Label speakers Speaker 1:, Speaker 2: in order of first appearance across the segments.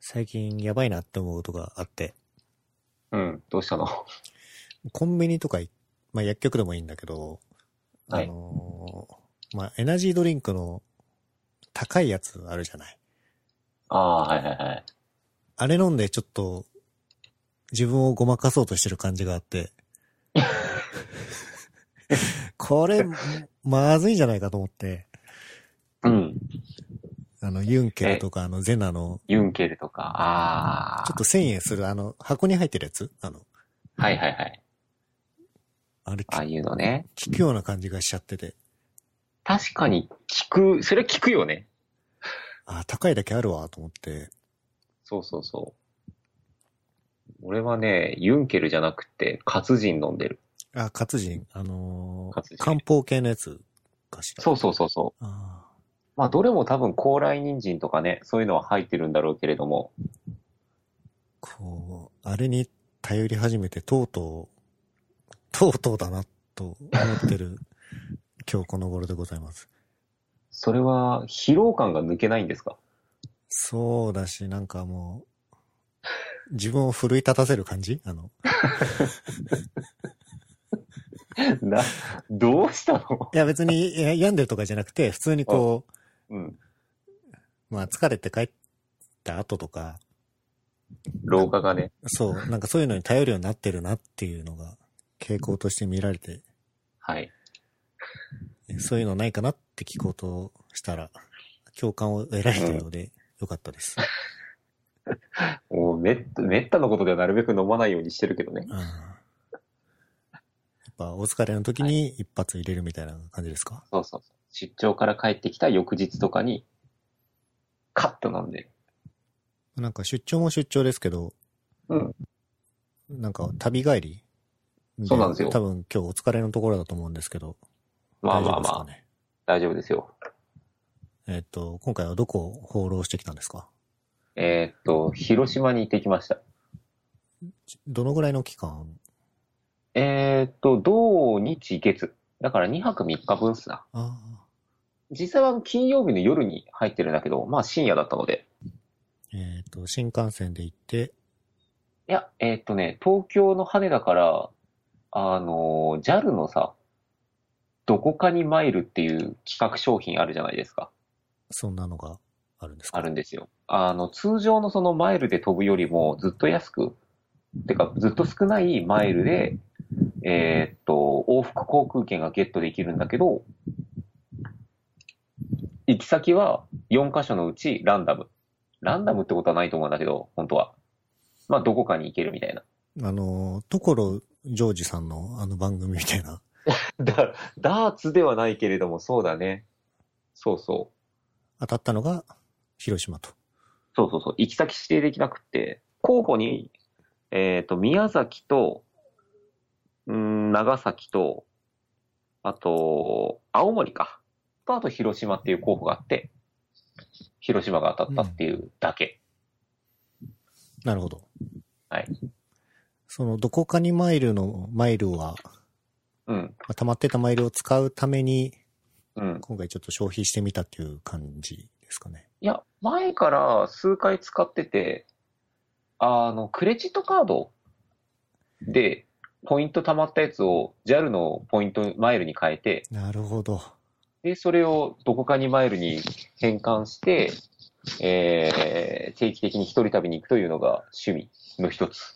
Speaker 1: 最近やばいなって思うことがあって、
Speaker 2: うん、どうしたの
Speaker 1: コンビニとかい、まあ、薬局でもいいんだけど、あのーまあ、エナジードリンクの高いやつあるじゃない。
Speaker 2: ああ、はいはいはい。
Speaker 1: あれ飲んでちょっと、自分をごまかそうとしてる感じがあ って、これ、まずいんじゃないかと思って、
Speaker 2: うん。
Speaker 1: あの、ユンケルとか、あの、ゼナの、
Speaker 2: ユンケルとか、ああ。
Speaker 1: ちょっと1000円する、あの、箱に入ってるやつあの、
Speaker 2: はいはいはい。
Speaker 1: あれ、
Speaker 2: ああいうのね。
Speaker 1: 効くような感じがしちゃってて、
Speaker 2: 確かに聞く、それは聞くよね。
Speaker 1: あ、高いだけあるわ、と思って、
Speaker 2: そうそうそう。俺はね、ユンケルじゃなくて、活人飲んでる。
Speaker 1: あ、活人、あのー
Speaker 2: 活人
Speaker 1: 漢方系のやつかしら。
Speaker 2: そうそうそうそう。
Speaker 1: あ
Speaker 2: まあ、どれも多分、高麗人参とかね、そういうのは入ってるんだろうけれども、
Speaker 1: ーこう、あれに頼り始めて、とうとう、とうとうだな、と思ってる、 今日この頃でございます。
Speaker 2: それは疲労感が抜けないんですか
Speaker 1: そうだし、なんかもう、自分を奮い立たせる感じあの、
Speaker 2: な、どうしたの
Speaker 1: いや別にいや病んでるとかじゃなくて、普通にこう、
Speaker 2: うん。
Speaker 1: まあ疲れて帰った後とか、
Speaker 2: 老化がね。
Speaker 1: そう、なんかそういうのに頼るようになってるなっていうのが、傾向として見られて、
Speaker 2: はい。
Speaker 1: そういうのないかなって聞こうとしたら、共感を得られたようで、よかったです。
Speaker 2: もうめっ、めったのことではなるべく飲まないようにしてるけどね。
Speaker 1: うん、やっぱ、お疲れの時に一発入れるみたいな感じですか、
Speaker 2: そうそうそう。出張から帰ってきた翌日とかに、カッと飲んでる。
Speaker 1: なんか、出張も出張ですけど、
Speaker 2: うん。
Speaker 1: なんか、旅帰り
Speaker 2: そうなんですよ
Speaker 1: 多分今日お疲れのところだと思うんですけど、
Speaker 2: まあまあ
Speaker 1: 大丈夫ですか
Speaker 2: まあ、
Speaker 1: ね。
Speaker 2: 大丈夫ですよ。
Speaker 1: えっ、と、今回はどこを放浪してきたんですか
Speaker 2: えーっと、広島に行ってきました。
Speaker 1: どのぐらいの期間
Speaker 2: えーっと、土日月。だから2泊3日分っすな。
Speaker 1: ああ、
Speaker 2: 実際は金曜日の夜に入ってるんだけど、まあ深夜だったので。
Speaker 1: えっ、と、新幹線で行って、
Speaker 2: いや、えーっとね、東京の羽田から、あの、JAL のさ、どこかに参るっていう企画商品あるじゃないですか。
Speaker 1: そんなのがあるんですか
Speaker 2: あるんですよ。あの、通常のそのマイルで飛ぶよりもずっと安く、てかずっと少ないマイルで、えーっと、往復航空券がゲットできるんだけど、行き先は4箇所のうちランダム。ランダムってことはないと思うんだけど、本当は。まあ、どこかに行けるみたいな。
Speaker 1: あの、所ジョージさんのあの番組みたいな、
Speaker 2: だダーツではないけれども、そうだね。そうそう。
Speaker 1: 当たったのが広島と。
Speaker 2: そうそうそう、行き先指定できなくって、候補に、えっ、と、宮崎と、うーん、長崎と、あと、青森か。と、あと広島っていう候補があって、広島が当たったっていうだけ。
Speaker 1: なるほど。
Speaker 2: はい。
Speaker 1: その、どこかにマイルの、マイルは、
Speaker 2: うん、
Speaker 1: まあ溜まってたマイルを使うために、
Speaker 2: うん。
Speaker 1: 今回ちょっと消費してみたっていう感じですかね。
Speaker 2: いや、前から数回使ってて、あの、クレジットカードで、ポイント貯まったやつを JAL のポイントマイルに変えて、
Speaker 1: なるほど。
Speaker 2: で、それをどこかにマイルに変換して、えー、定期的に一人旅に行くというのが趣味の一つ。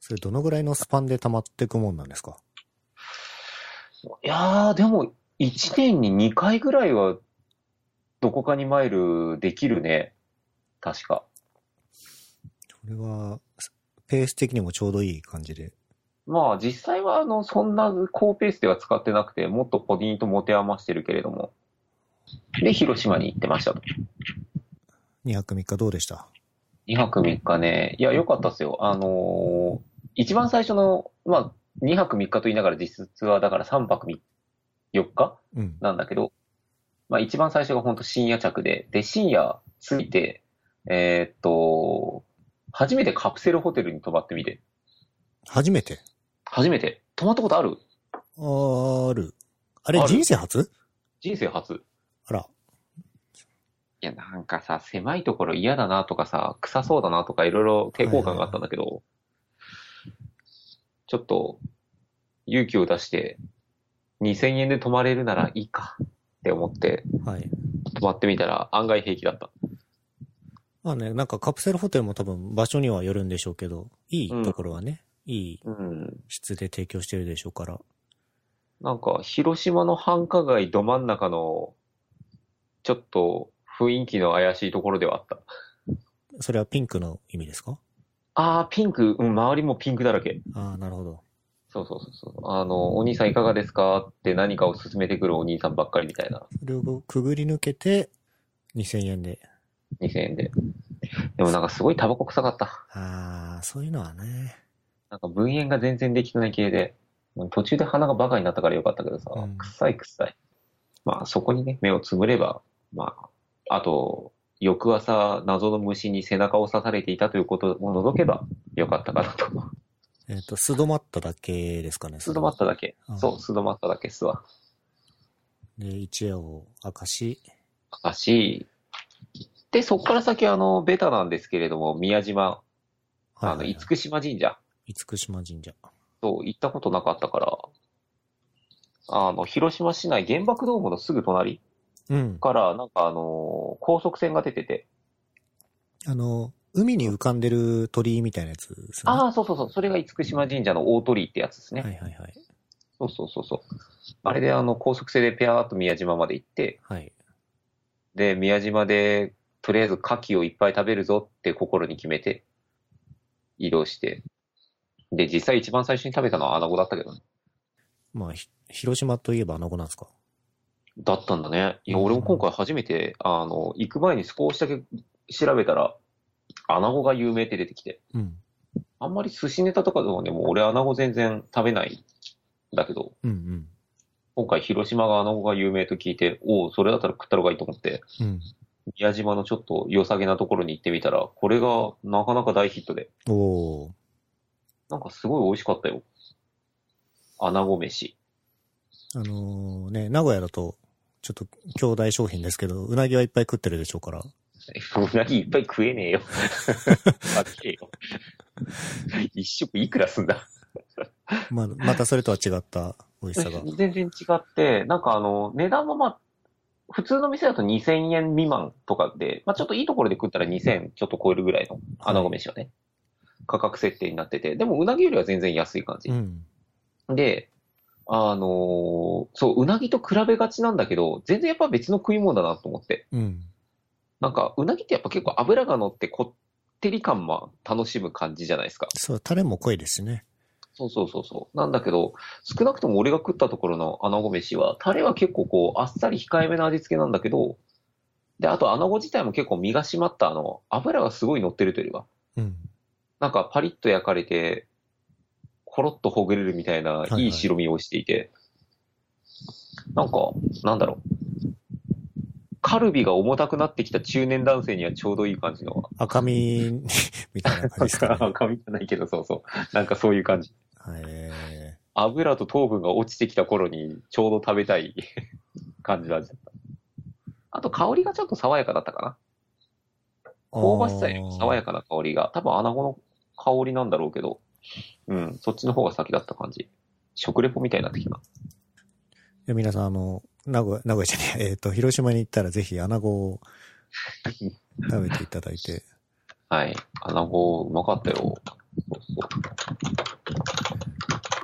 Speaker 1: それどのぐらいのスパンで溜まっていくもんなんですか
Speaker 2: いやー、でも、一年に2回ぐらいは、どこかにマイルできるね。確か。
Speaker 1: これは、ペース的にもちょうどいい感じで。
Speaker 2: まあ、実際は、あの、そんな高ペースでは使ってなくて、もっとポディンと持て余してるけれども。で、広島に行ってましたと。
Speaker 1: 2泊3日どうでした
Speaker 2: 2泊3日ね。いや、良かったですよ。あのー一番最初の、まあ、2泊3日と言いながら実質はだから3泊3 4日
Speaker 1: うん。
Speaker 2: なんだけど、まあ一番最初が本当深夜着で、で、深夜着いて、えーっと、初めてカプセルホテルに泊まってみて。
Speaker 1: 初めて
Speaker 2: 初めて。泊まったことある
Speaker 1: ある。あれ
Speaker 2: ある
Speaker 1: 人生初
Speaker 2: 人生初。
Speaker 1: あら。
Speaker 2: いや、なんかさ、狭いところ嫌だなとかさ、臭そうだなとかいろいろ抵抗感があったんだけど、ちょっと勇気を出して、2000円で泊まれるならいいかって思って
Speaker 1: はい。
Speaker 2: 泊まってみたら案外平気だった。
Speaker 1: まあね、なんかカプセルホテルも多分場所にはよるんでしょうけど、いいところはね、いい
Speaker 2: うん。
Speaker 1: 質で提供してるでしょうから。
Speaker 2: なんか、広島の繁華街ど真ん中の、ちょっと雰囲気の怪しいところではあった。
Speaker 1: それはピンクの意味ですか
Speaker 2: あー、ピンク、うん、周りもピンクだらけ。
Speaker 1: ああ、なるほど。
Speaker 2: そうそうそうそう。あの、お兄さんいかがですかって何かを勧めてくるお兄さんばっかりみたいな、
Speaker 1: それをくぐり抜けて、2000円で。
Speaker 2: 2000円で。でもなんかすごいタバコ臭かった。
Speaker 1: ああ、そういうのはね。
Speaker 2: なんか分煙が全然できてない系で、途中で鼻がバカになったからよかったけどさ、
Speaker 1: うん
Speaker 2: 臭い臭い。まあそこにね、目をつむれば、まあ、あと、翌朝、謎の虫に背中を刺されていたということを除けば、よかったかなと。
Speaker 1: えっ、と、素泊まっただけですかね。
Speaker 2: 素泊まっただけ
Speaker 1: う。ん
Speaker 2: そう、素泊まっただけっすわ。
Speaker 1: で、一夜を明かし、
Speaker 2: だし、で、そこから先はあの、ベタなんですけれども、宮島、あの、
Speaker 1: はい
Speaker 2: 厳島神社、
Speaker 1: 厳島神社。
Speaker 2: そう、行ったことなかったから、あの、広島市内原爆ドームのすぐ隣
Speaker 1: うん。
Speaker 2: から、なんかあの、高速船が出てて、
Speaker 1: あの、海に浮かんでる鳥居みたいなやつですよね。
Speaker 2: ああ、そうそうそう、それが厳島神社の大鳥居ってやつですね。
Speaker 1: はいはいはい。
Speaker 2: そうそうそうそう。あれであの、高速船でペアーっと宮島まで行って、
Speaker 1: はい。
Speaker 2: で、宮島で、とりあえず牡蠣をいっぱい食べるぞって心に決めて、移動して。で、実際一番最初に食べたのはアナゴだったけどね。
Speaker 1: まあ、ひ広島といえばアナゴなんですか。
Speaker 2: だったんだね。いや、俺も今回初めて、あの、行く前に少しだけ調べたら、アナゴが有名って出てきて。
Speaker 1: うん。
Speaker 2: あんまり寿司ネタとかでもね、もう俺アナゴ全然食べないんだけど、
Speaker 1: うんうん。
Speaker 2: 今回広島がアナゴが有名と聞いて、おお、それだったら食ったのがいいと思って、
Speaker 1: うん。
Speaker 2: 宮島のちょっと良さげなところに行ってみたら、これがなかなか大ヒットで。
Speaker 1: おー。
Speaker 2: なんかすごい美味しかったよ。穴子飯。
Speaker 1: あのーね、名古屋だと、ちょっと兄弟商品ですけど、うなぎはいっぱい食ってるでしょうから。
Speaker 2: うなぎいっぱい食えねえよ。あっけえよ。一食いくらすんだ
Speaker 1: まあ、またそれとは違った美味しさが。
Speaker 2: 全然違って、なんかあの、値段もまあ、普通の店だと2000円未満とかで、まあちょっといいところで食ったら2000ちょっと超えるぐらいの穴子飯はね、価格設定になってて、でもうなぎよりは全然安い感じ
Speaker 1: う。ん。
Speaker 2: で、あのーそう、うなぎと比べがちなんだけど、全然やっぱ別の食い物だなと思って。
Speaker 1: うん。
Speaker 2: なんか、うなぎってやっぱ結構脂が乗ってこってり感も楽しむ感じじゃないですか。
Speaker 1: そう、タレも濃いですしね。
Speaker 2: そうそうそうそう。なんだけど、少なくとも俺が食ったところの穴子飯は、タレは結構こう、あっさり控えめな味付けなんだけど、で、あと穴子自体も結構身が締まった、あの、脂がすごい乗ってるというよりは、
Speaker 1: うん。
Speaker 2: なんかパリッと焼かれて、コロッとほぐれるみたいな
Speaker 1: は、いはい
Speaker 2: いい白身をしていて、なんか、なんだろう。カルビが重たくなってきた中年男性にはちょうどいい感じの
Speaker 1: 赤 身、みたいな感じですかね。
Speaker 2: 赤身じゃないけど、そうそう。なんかそういう感じ。
Speaker 1: え
Speaker 2: 油と糖分が落ちてきた頃にちょうど食べたい 感じの味だった。あと香りがちょっと爽やかだったかな。香ばしさより爽や
Speaker 1: か。
Speaker 2: かな香りが、多分穴子の香りなんだろうけど、うん、そっちの方が先だった感じ。食レポみたいになってきた。
Speaker 1: いや皆さん、あの、名古屋、名古屋じゃねえ、えっ、 と、広島に行ったらぜひ穴子を食べていただいて。
Speaker 2: はい。穴子、うまかったよ。そうそう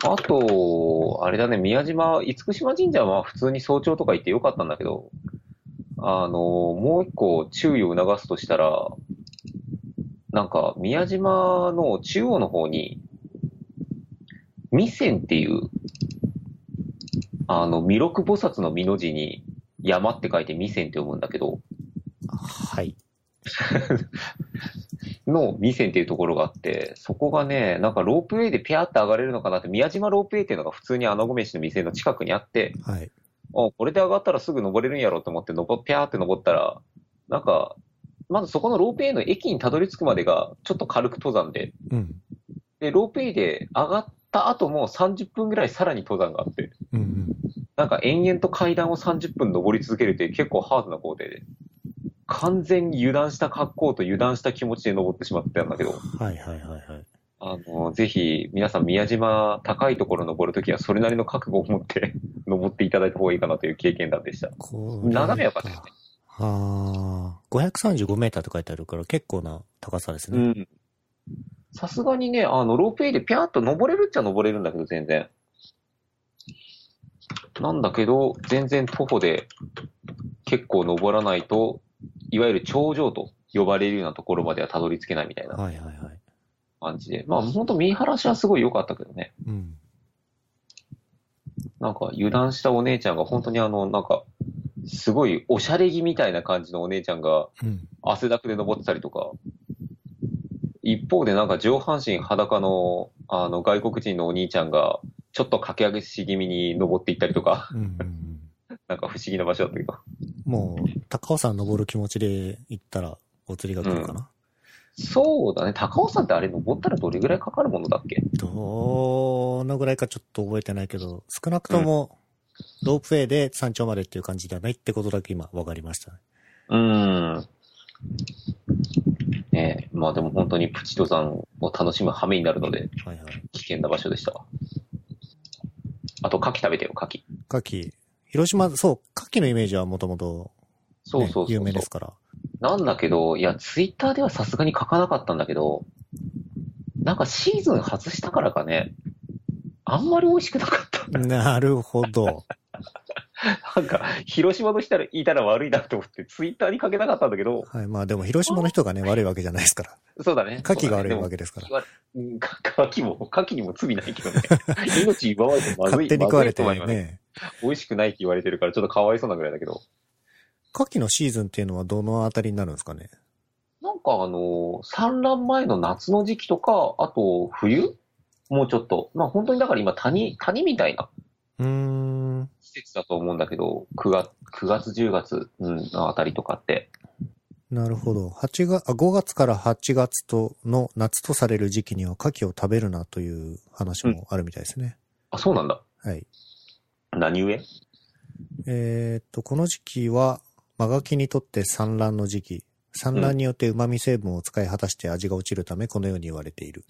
Speaker 2: あと、あれだね、宮島、厳島神社は普通に早朝とか行ってよかったんだけど、あの、もう一個注意を促すとしたら、なんか、宮島の中央の方に、弥泉っていう、あの、弥勒菩薩の弥の字に、山って書いて弥泉って読むんだけど、
Speaker 1: はい。
Speaker 2: のミセンっていうところがあって、そこがね、なんかロープウェイでピャーって上がれるのかなって、宮島ロープウェイっていうのが普通に穴子飯の店の近くにあって、
Speaker 1: はい。
Speaker 2: あこれで上がったらすぐ登れるんやろうと思って、のぼピャーって登ったら、なんか、まずそこのロープウェイの駅にたどり着くまでがちょっと軽く登山で、
Speaker 1: うん。
Speaker 2: で、ロープウェイで上がった後も30分ぐらいさらに登山があって、
Speaker 1: うんうん。
Speaker 2: なんか延々と階段を30分登り続けるっていう結構ハードな工程で、完全に油断した格好と油断した気持ちで登ってしまったんだけど、
Speaker 1: はいはいはいはい。
Speaker 2: あの、ぜひ皆さん宮島高いところ登るときはそれなりの覚悟を持って 登っていただいた方がいいかなという経験談でした。
Speaker 1: これ
Speaker 2: 斜めやからですね。
Speaker 1: ああ、535メーターって書いてあるから結構な高さです
Speaker 2: う
Speaker 1: ね。
Speaker 2: ん。さすがにね、あの、ロープウェイでピャーっと登れるっちゃ登れるんだけど、全然。なんだけど、全然徒歩で結構登らないと、いわゆる頂上と呼ばれるようなところまではたどり着けないみたいな
Speaker 1: はいはいはい。
Speaker 2: 感じで。まあ、ほんと見晴らしはすごい良かったけどね。
Speaker 1: うん。
Speaker 2: なんか油断したお姉ちゃんが本当にあの、なんか、すごいおしゃれ着みたいな感じのお姉ちゃんが
Speaker 1: うん。
Speaker 2: 汗だくで登ってたりとか、一方でなんか上半身裸のあの外国人のお兄ちゃんがちょっと駆け上げし気味に登っていったりとか、
Speaker 1: うんうんうん。
Speaker 2: なんか不思議な場所だったけど。
Speaker 1: もう、高尾山登る気持ちで行ったら、お釣りが来るかな。
Speaker 2: そうだね、高尾山ってあれ登ったらどれぐらいかかるものだっけ
Speaker 1: どのぐらいかちょっと覚えてないけど、少なくとも、ロープウェイで山頂までっていう感じではないってことだけ今分かりましたね。
Speaker 2: うーん。ねえ、まあでも本当にプチ登山を楽しむ羽目になるので
Speaker 1: はいはい。
Speaker 2: 危険な場所でしたわ。あと、牡蠣食べてよ、牡蠣。
Speaker 1: 夏季、広島、そう、夏季のイメージはもともと、
Speaker 2: そうそうそうそう、
Speaker 1: 有名ですから。
Speaker 2: なんだけど、いや、ツイッターではさすがに書かなかったんだけど、なんかシーズン外したからかね、あんまり美味しくなかった。
Speaker 1: なるほど。
Speaker 2: なんか、広島の人いたら悪いなと思って、ツイッターに書けなかったんだけど、
Speaker 1: はい。まあでも、広島の人がね、悪いわけじゃないですから。
Speaker 2: そうだね。
Speaker 1: 夏季が悪い
Speaker 2: そうだ
Speaker 1: わ
Speaker 2: ね
Speaker 1: けですから
Speaker 2: で。もうんか牡蠣も、牡蠣にも罪ないけどね。 命奪われてまず
Speaker 1: 勝
Speaker 2: い。
Speaker 1: 手に食われて
Speaker 2: まずいとは言わない
Speaker 1: ね。
Speaker 2: 美味しくないって言われてるから、ちょっとかわいそうなぐらいだけど。
Speaker 1: 夏季のシーズンっていうのはどのあたりになるんですかね
Speaker 2: なんかあの、産卵前の夏の時期とか、あと冬もうちょっと。まあ本当にだから今谷、谷みたいな
Speaker 1: うーん。
Speaker 2: 季節だと思うんだけど、9月、9月、10月、うん、のあたりとかって。
Speaker 1: なるほど。8月、あ、5月から8月との夏とされる時期には牡蠣を食べるなという話もあるみたいですね。
Speaker 2: あ、そうなんだ。
Speaker 1: はい。
Speaker 2: 何故
Speaker 1: えーっと、この時期は、マガキにとって産卵の時期。産卵によって旨味成分を使い果たして味が落ちるため、このように言われている。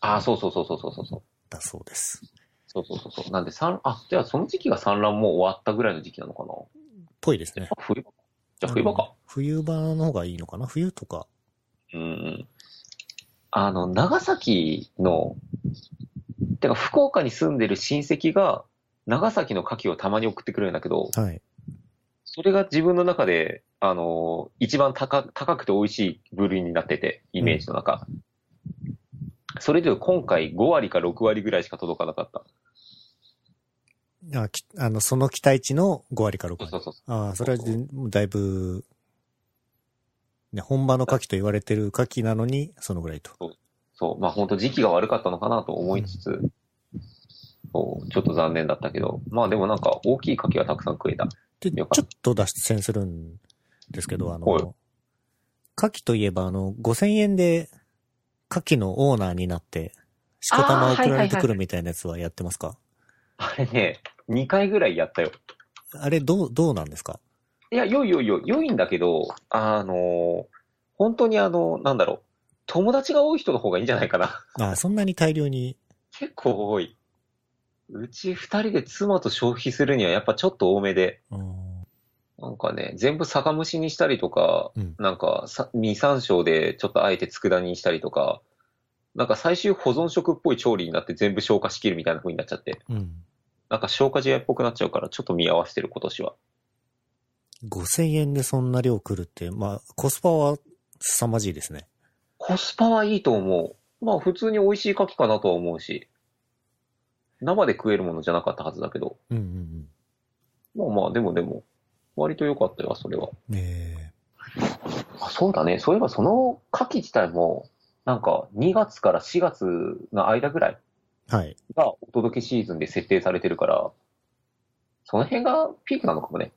Speaker 2: あ、そうそうそうそうそうそうそう。
Speaker 1: だそうです。
Speaker 2: そうそうそうそう。なんで産、あ、じゃあその時期が産卵もう終わったぐらいの時期なのかな
Speaker 1: ぽいですね。
Speaker 2: あ冬場か。じゃあ冬場か。。
Speaker 1: 冬場の方がいいのかな冬とか。
Speaker 2: うんうん。あの、長崎の、てか福岡に住んでる親戚が、長崎の牡蠣をたまに送ってくれるんだけど、
Speaker 1: はい。
Speaker 2: それが自分の中で、あのー一番高高くて美味しい部類になってて、イメージの中。それで今回5割か6割ぐらいしか届かなかった。
Speaker 1: あ、きあの、その期待値の5割か6
Speaker 2: そう
Speaker 1: 割
Speaker 2: そ。うそう。
Speaker 1: ああ、それはでもうだいぶ、ね、本場の牡蠣と言われてる牡蠣なのに、そのぐらいと。
Speaker 2: そう。まあ本当時期が悪かったのかなと思いつつ、そうちょっと残念だったけど、まあでもなんか大きい柿はたくさん食えた。
Speaker 1: で、ちょ
Speaker 2: 了
Speaker 1: っ
Speaker 2: 解
Speaker 1: と脱線するんですけど、あ
Speaker 2: はい
Speaker 1: の、牡蠣といえば、あの、5000円で牡蠣のオーナーになって、仕方
Speaker 2: あ
Speaker 1: 玉
Speaker 2: ー
Speaker 1: 送られて
Speaker 2: はいはい
Speaker 1: く
Speaker 2: は
Speaker 1: るみたいなやつはやってますか
Speaker 2: あれね、2回ぐらいやったよ。
Speaker 1: あれ、どう、どうなんですか
Speaker 2: いや、良い良い良い、良いんだけど、あのー本当にあの、なんだろう、友達が多い人の方がいいんじゃないかな。
Speaker 1: ああ、そんなに大量に、
Speaker 2: 結構多い。うち二人で妻と消費するにはやっぱちょっと多めで、
Speaker 1: うーん
Speaker 2: なんかね、全部酒蒸しにしたりとか、
Speaker 1: うん
Speaker 2: なんかさ二三章でちょっとあえて佃煮にしたりとか、なんか最終保存食っぽい調理になって全部消化しきるみたいな風になっちゃって、
Speaker 1: うん。
Speaker 2: なんか消化試合っぽくなっちゃうからちょっと見合わせてる今年は。
Speaker 1: 5000円でそんな量来るって、まあ、コスパは凄まじいですね。
Speaker 2: コスパはいいと思う。まあ普通に美味しい牡蠣かなとは思うし、生で食えるものじゃなかったはずだけど、
Speaker 1: うんうん
Speaker 2: まあまあでもでも、割と良かったよ、それは。
Speaker 1: うん。え
Speaker 2: あそうだね。そういえばその牡蠣自体も、なんか2月から4月の間ぐらい
Speaker 1: ー、はい。
Speaker 2: がお届けシーズンで設定されてるから、その辺がピークなのかもね。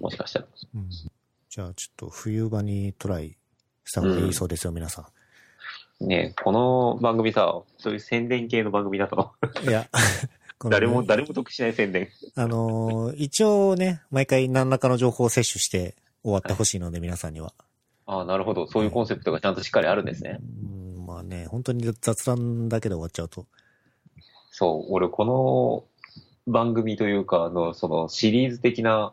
Speaker 2: もしかしたら。
Speaker 1: うんじゃあちょっと冬場にトライした方がいいそうですよ、皆さ
Speaker 2: ねえこの番組さ、そういう宣伝系の番組だと、
Speaker 1: ん。いや、 この
Speaker 2: 誰も、誰も得しない宣伝。
Speaker 1: あのー一応ね、毎回何らかの情報を摂取して、終わってほしいので、皆さんには。
Speaker 2: ああ、なるほど。そういうコンセプトがちゃんとしっかりあるんですね。
Speaker 1: うん、まあね、本当に雑談だけで終わっちゃう と。
Speaker 2: そう、俺この番組というか、あの、そのシリーズ的な、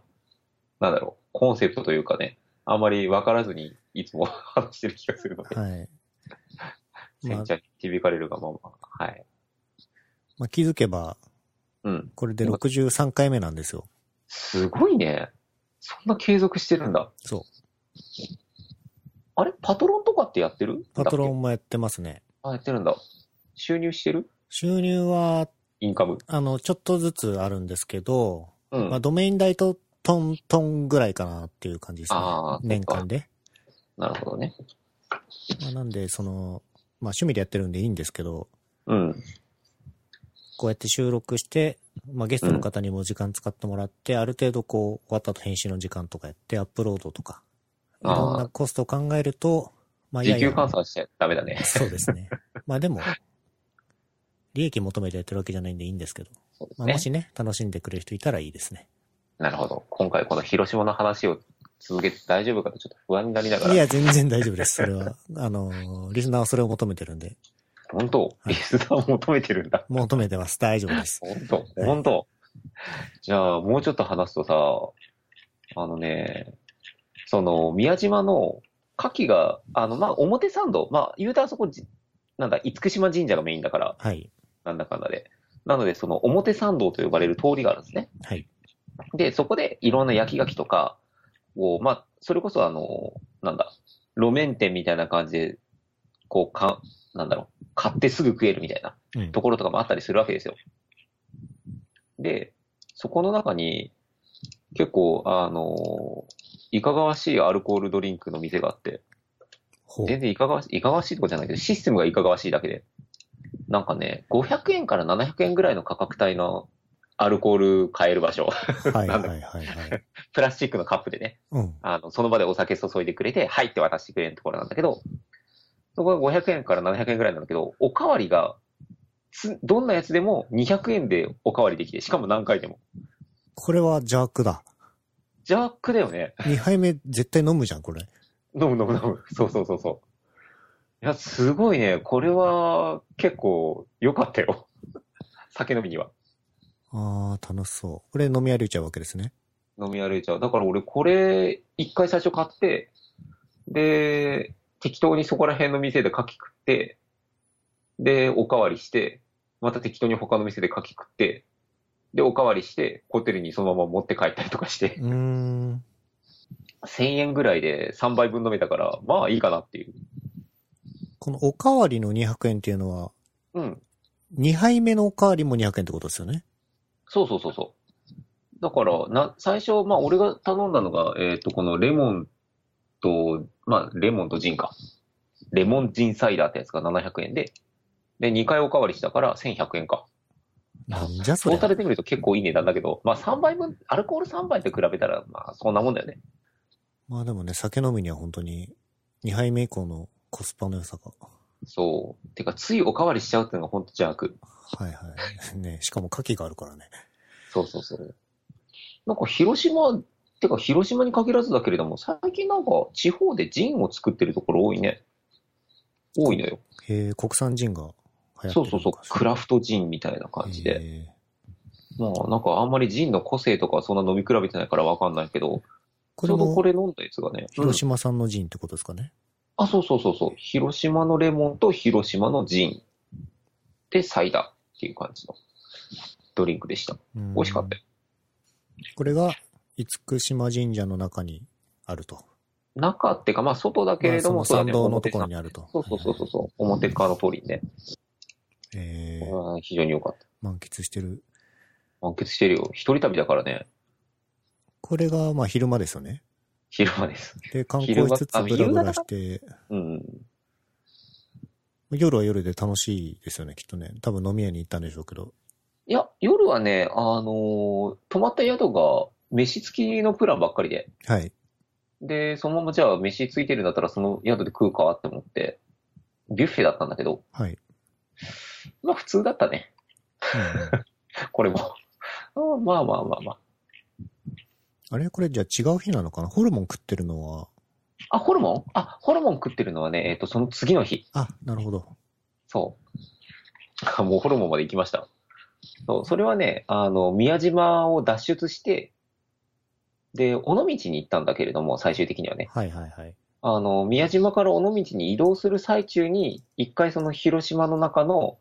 Speaker 2: なんだろう、コンセプトというかね、あんまり分からずにいつも 話してる気がするので、
Speaker 1: はい。まあ
Speaker 2: 先ちゃんに響かれるがまま。はい。
Speaker 1: まあ、気づけば、
Speaker 2: うん。
Speaker 1: これで63回目なんですよ。
Speaker 2: すごいね。そんな継続してるんだ。
Speaker 1: そう。
Speaker 2: あれパトロンとかってやってる
Speaker 1: パトロ
Speaker 2: ン。
Speaker 1: ンもやってますね。
Speaker 2: あ、やってるんだ。収入してる
Speaker 1: 収入は、
Speaker 2: インカム。
Speaker 1: あの、ちょっとずつあるんですけど、
Speaker 2: うん。
Speaker 1: まあ、ドメイン代とトントンぐらいかなっていう感じですね
Speaker 2: あー。
Speaker 1: 年間で。
Speaker 2: なるほどね。
Speaker 1: まあ、なんで、その、まあ、趣味でやってるんでいいんですけど、
Speaker 2: うん。
Speaker 1: こうやって収録して、まあ、ゲストの方にも時間使ってもらって、ある程度こう、終わった後編集の時間とかやって、アップロードとか、い
Speaker 2: あー
Speaker 1: ろんなコストを考えると、まあ、いや
Speaker 2: 時
Speaker 1: い
Speaker 2: 給
Speaker 1: や、
Speaker 2: 換算しちゃダメだね。
Speaker 1: そうですね。まあでも、利益求めてやってるわけじゃないんでいいんですけど、
Speaker 2: そうです
Speaker 1: まあ、
Speaker 2: ね
Speaker 1: も。しね、楽しんでくれる人いたらいいですね。
Speaker 2: なるほど。今回この広島の話を続けて大丈夫かとちょっと不安になりなが
Speaker 1: い
Speaker 2: ら。
Speaker 1: や、全然大丈夫です。それは。あの、リスナーはそれを求めてるんで、
Speaker 2: 本当リスナーを求めてるんだ。
Speaker 1: 求めてます。大丈夫です。
Speaker 2: 本当本当じゃあ、もうちょっと話すとさ、あのね、その、宮島の牡蠣が、あの、まあ、表参道、まあ、言うたらそこじ、なんだ、厳島神社がメインだから、
Speaker 1: はい。
Speaker 2: なんだかんだで。なので、その表参道と呼ばれる通りがあるんですね。
Speaker 1: はい。
Speaker 2: で、そこでいろんな焼き牡蠣とかを、まあ、それこそあの、なんだ、路面店みたいな感じで、こう、か、なんだろう、買ってすぐ食えるみたいな
Speaker 1: うん
Speaker 2: ところとかもあったりするわけですよ。で、そこの中に、結構、あの、いかがわしいアルコールドリンクの店があって、
Speaker 1: ほう。
Speaker 2: 全然いかがわしい、いかがわしいとかじゃないけど、システムがいかがわしいだけで。なんかね、500円から700円ぐらいの価格帯のアルコール買える場所。
Speaker 1: はいはいはいはい。
Speaker 2: プラスチックのカップでね、
Speaker 1: うん。
Speaker 2: あの、その場でお酒注いでくれて、はいって渡してくれるところなんだけど、そこが500円から700円ぐらいなんだけど、おかわりが、つどんなやつでも200円でおかわりできて、しかも何回でも。
Speaker 1: これは邪悪だ。
Speaker 2: ジャックだよね。
Speaker 1: 2杯目絶対飲むじゃん、これ。
Speaker 2: 飲む飲む飲む。そうそうそうそう。いや、すごいね。これは結構良かったよ。酒飲みには。
Speaker 1: あー、楽しそう。これ飲み歩いちゃうわけですね。
Speaker 2: 飲み歩いちゃう。だから俺これ、一回最初買って、で、適当にそこら辺の店で牡蠣食って、で、おかわりして、また適当に他の店で牡蠣食って、で、おかわりして、ホテルにそのまま持って帰ったりとかして、
Speaker 1: うーん。
Speaker 2: 1000円ぐらいで3杯分飲めたから、まあいいかなっていう。
Speaker 1: このおかわりの200円っていうのは、
Speaker 2: うん。
Speaker 1: 2杯目のおかわりも200円ってことですよね。
Speaker 2: そうそうそうそう。だから、な、最初、まあ俺が頼んだのが、えっ、と、このレモンと、まあレモンとジンか。レモンジンサイダーってやつが700円で、で、2回おかわりしたから1100円か。
Speaker 1: なんじゃそ
Speaker 2: ト
Speaker 1: れ
Speaker 2: ー。タルで見ると結構いい値段だけど、まあ3倍分、アルコール3杯と比べたら、まあそんなもんだよね。
Speaker 1: まあでもね、酒飲みには本当に2杯目以降のコスパの良さが。
Speaker 2: そう。てか、ついおかわりしちゃうっていうのが本当邪悪。
Speaker 1: はいはい。ね、しかも牡蠣があるからね。
Speaker 2: そうそうそう。なんか広島、てか広島に限らずだけれども、最近なんか地方でジンを作ってるところ多いね。多いのよ。
Speaker 1: へえ、国産人が流
Speaker 2: そ
Speaker 1: 行
Speaker 2: う
Speaker 1: ってる
Speaker 2: そうそう、クラフトジンみたいな
Speaker 1: ト
Speaker 2: 感じで。まあ、なんかあんまりジンの個性とかはそんな飲み比べてないからわかんないけど、
Speaker 1: こ
Speaker 2: ち
Speaker 1: れ
Speaker 2: ょうどこ
Speaker 1: も
Speaker 2: れ飲んだやつがね、
Speaker 1: 広
Speaker 2: うん
Speaker 1: 島産のジンってことですかね。
Speaker 2: あ、そうそうそうそう、広島のレモンと広島のジンでサイダーっていう感じのドリンクでした。
Speaker 1: うん
Speaker 2: 美味しかったよ。
Speaker 1: これが、厳島神社の中にあると。
Speaker 2: 中っていうか、まあ外だけ
Speaker 1: ま
Speaker 2: れ
Speaker 1: あ
Speaker 2: ど
Speaker 1: そ
Speaker 2: も、
Speaker 1: の
Speaker 2: そ
Speaker 1: 参
Speaker 2: うだね
Speaker 1: 道のところにあると。
Speaker 2: 表参そうそうそう
Speaker 1: う。
Speaker 2: そう、表側の通りにね、
Speaker 1: え
Speaker 2: これ
Speaker 1: ー、
Speaker 2: は非常に良かった。
Speaker 1: 満喫してる。
Speaker 2: 満喫してるよ。一人旅だからね、
Speaker 1: これが、まあ昼間ですよね。
Speaker 2: 昼間です。
Speaker 1: で、観光しつつ
Speaker 2: 昼間あ
Speaker 1: ブラブラして、
Speaker 2: うん。
Speaker 1: 夜は夜で楽しいですよね、きっとね。多分飲み屋に行ったんでしょうけど。
Speaker 2: いや、夜はね、あのー泊まった宿が、飯付きのプランばっかりで。
Speaker 1: はい。
Speaker 2: で、そのままじゃあ飯ついてるんだったらその宿で食うかって思って、ビュッフェだったんだけど、
Speaker 1: はい。
Speaker 2: まあ普通だったね。
Speaker 1: うん
Speaker 2: これも。あーまあまあまあまあ。
Speaker 1: あれこれじゃあ違う日なのかなホルモン食ってるのは、
Speaker 2: あ、ホルモンあ、ホルモン食ってるのはね、えっ、と、その次の日。
Speaker 1: あ、なるほど。
Speaker 2: そう。 もうホルモンまで行きました。そう、それはね、あの、宮島を脱出して、で、尾道に行ったんだけれども、最終的にはね。
Speaker 1: はいはいはい。
Speaker 2: あの、宮島から尾道に移動する最中に、一回その広島の中の、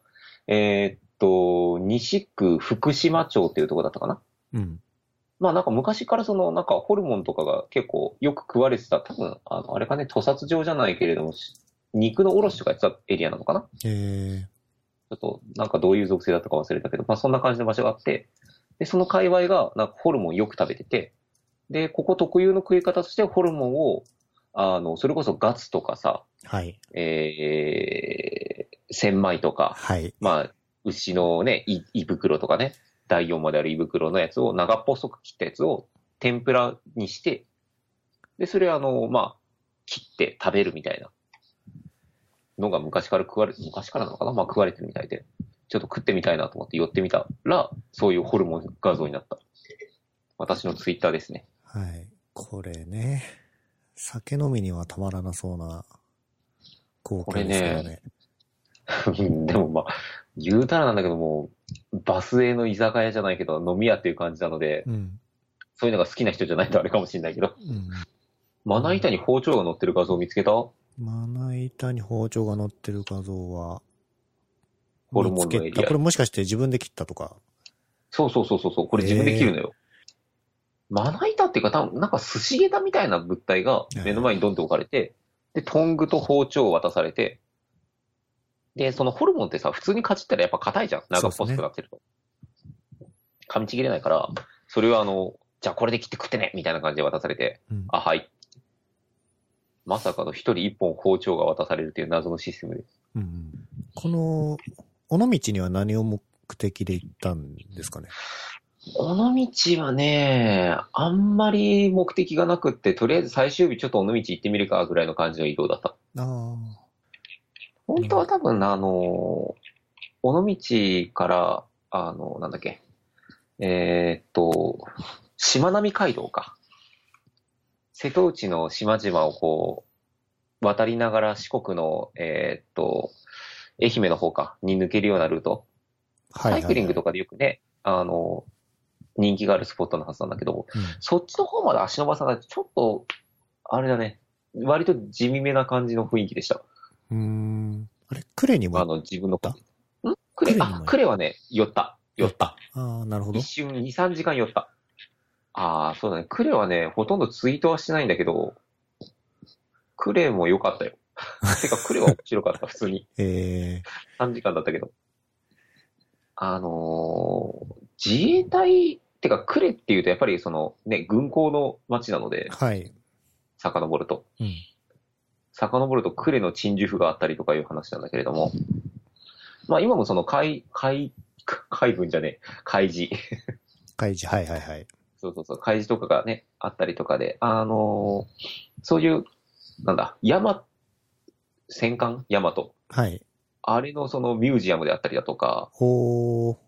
Speaker 2: えーっと、西区福島町っていうところだったかな。
Speaker 1: うん。
Speaker 2: まあなんか昔からその、なんかホルモンとかが結構よく食われてた、多分、あの、あれかね、屠殺場じゃないけれども、し肉の卸とかやってたエリアなのかな
Speaker 1: え
Speaker 2: ちょっと、なんかどういう属性だったか忘れたけど、まあそんな感じの場所があって、で、その界隈が、なんかホルモンよく食べてて、で、ここ特有の食い方としてホルモンを、あの、それこそガツとかさ、
Speaker 1: ー、はい。
Speaker 2: えー、千枚とか、
Speaker 1: はい。
Speaker 2: まあ、牛のね、い胃袋とかね、第4まである胃袋のやつを長っぽそく切ったやつを天ぷらにして、で、それをあの、まあ、切って食べるみたいなのが昔から食われ、昔からなのかなまあ食われてるみたいで、ちょっと食ってみたいなと思って寄ってみたら、そういうホルモン画像になった。私のツイッターですね。
Speaker 1: はい。これね、酒飲みにはたまらなそうな光景ですよ
Speaker 2: これ
Speaker 1: ね。
Speaker 2: うんでもまあ、言うたらなんだけどもう、バスへの居酒屋じゃないけど、飲み屋っていう感じなので、
Speaker 1: うん。
Speaker 2: そういうのが好きな人じゃないとあれかもしれないけど。
Speaker 1: うん。
Speaker 2: まな板に包丁が乗ってる画像を見つけたホ
Speaker 1: まな板に包丁が乗ってる画像は、
Speaker 2: ルモンの
Speaker 1: 見
Speaker 2: エ
Speaker 1: つ
Speaker 2: リ
Speaker 1: けたこれ
Speaker 2: ア。
Speaker 1: もしかして自分で切ったとか。
Speaker 2: そうそうそうそうそう、これ自分で切るのよ。まな板っていうか、多分なんか寿司桁みたいな物体が目の前にドンと置かれて、で、トングと包丁を渡されて、で、そのホルモンってさ、普通にかじったらやっぱ硬いじゃん。長っぽくなってると。噛みちぎれないから、それはあの、じゃあこれで切って食ってねみたいな感じで渡されて、
Speaker 1: うん
Speaker 2: あ、はい。まさかの一人一本包丁が渡されるという謎のシステムで。
Speaker 1: うんうん。この、尾道には何を目的で行ったんですかね。
Speaker 2: 尾道はね、あんまり目的がなくって、とりあえず最終日ちょっと尾道行ってみるかぐらいの感じの移動だった。
Speaker 1: ああ。
Speaker 2: 本当は多分、あの、尾道から、あの、なんだっけ、えーっと、しまなみ海道か。瀬戸内の島々をこう、渡りながら四国の、えーっと、愛媛の方か、に抜けるようなルート。
Speaker 1: はい、
Speaker 2: サイクリングと
Speaker 1: か。
Speaker 2: かでよくね、あの、人気があるスポットのはずなんだけど、
Speaker 1: うん
Speaker 2: そっちの方まで足伸ばさないと、ちょっと、あれだね、割と地味めな感じの雰囲気でした。
Speaker 1: うーん。あれ、呉にも
Speaker 2: あの、自分の
Speaker 1: 寄っ。
Speaker 2: んク
Speaker 1: クレ、
Speaker 2: レ
Speaker 1: にも
Speaker 2: あ、クレはね、寄った。寄った。
Speaker 1: ああ、なるほど
Speaker 2: 一。瞬2、3時間寄った。ああ、そうだね。クレはね、ほとんどツイートはしてないんだけど、クレも良 かったよ。てか、クレは面白かった、普通に。
Speaker 1: ええ
Speaker 2: 3時間だったけど。あのー自衛隊、てか、呉っていうと、やっぱりその、ね、軍港の町なので、
Speaker 1: はい。
Speaker 2: 遡ると。
Speaker 1: うん。
Speaker 2: 遡ると、呉の鎮守府があったりとかいう話なんだけれども、まあ今もその海、海、海軍じゃねえ、海事。
Speaker 1: 開示、はいはいはい。
Speaker 2: そうそうそう、開示とかがね、あったりとかで、あのーそういう、なんだ、山、戦艦大和。
Speaker 1: はい。
Speaker 2: あれのそのミュージアムであったりだとか、
Speaker 1: おー。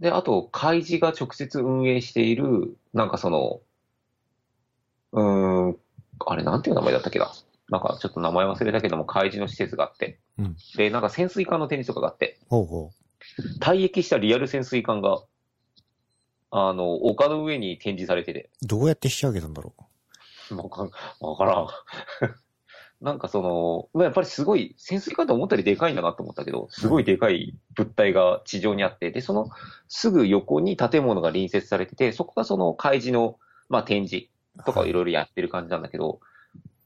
Speaker 2: で、あと、開示が直接運営している、なんかその、うーん、あれ、なんていう名前だったっけな。なんかちょっと名前忘れたけども、開示の施設があって、
Speaker 1: うん
Speaker 2: で、なんか潜水艦の展示とかがあって、
Speaker 1: ほうほ
Speaker 2: 退役したリアル潜水艦が、あの、丘の上に展示されてて、
Speaker 1: う。どうやって引き上げたんだろ
Speaker 2: わかんわからん。 なんかその、まあやっぱりすごい、潜水艦って思ったよりでかいんだなと思ったけど、すごいでかい物体が地上にあって、で、そのすぐ横に建物が隣接されてて、そこがその開示の、まあ、展示
Speaker 1: う。
Speaker 2: とかをいろいろやってる感じなんだけど、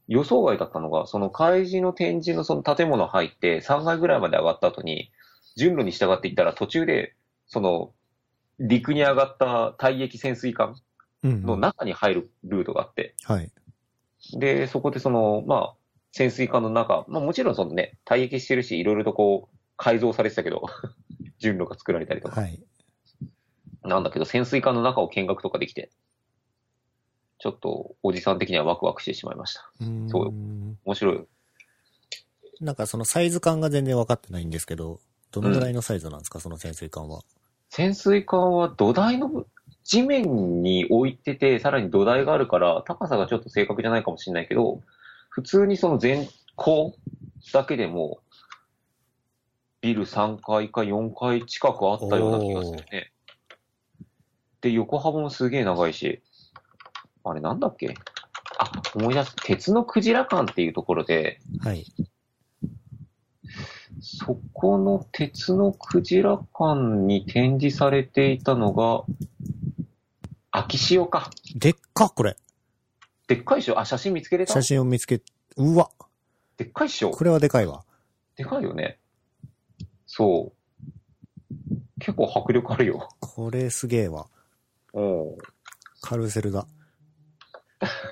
Speaker 2: 予想外だったのが、その開示の展示のその建物入って、3階ぐらいまで上がった後に、順路に従っていったら途中で、その、陸に上がった退役潜水艦
Speaker 1: はい、うん。
Speaker 2: の中に入るルートがあって、
Speaker 1: はい。
Speaker 2: で、そこでその、まあ、潜水艦の中、まあもちろんそのね、退役してるし、いろいろとこう、改造されてたけど、 順路が作られたりとか、
Speaker 1: はい。
Speaker 2: なんだけど、潜水艦の中を見学とかできて、ちょっと、おじさん的にはワクワクしてしまいました。
Speaker 1: うーん
Speaker 2: そう面白い。
Speaker 1: なんかそのサイズ感が全然分かってないんですけど、どのぐらいのサイズなんですか、その潜水艦は。
Speaker 2: 潜水艦は土台の、地面に置いてて、さらに土台があるから、高さがちょっと正確じゃないかもしれないけど、普通にその前後だけでも、ビル3階か4階近くあったような気がするね。で、横幅もすげえ長いし、あれなんだっけあ、思い出す。鉄のクジラ館っていうところで、
Speaker 1: はい。
Speaker 2: そこの鉄のクジラ館に展示されていたのが、秋潮か。
Speaker 1: でっか、これ。
Speaker 2: でっかいっしょあ、写真見つけれた
Speaker 1: 写真を見つけ、うわ、
Speaker 2: でっかいっしょ
Speaker 1: これはでかいわ。
Speaker 2: でかいよね。そう。結構迫力あるよ。
Speaker 1: これすげえわ。
Speaker 2: うん。
Speaker 1: カルセルだ。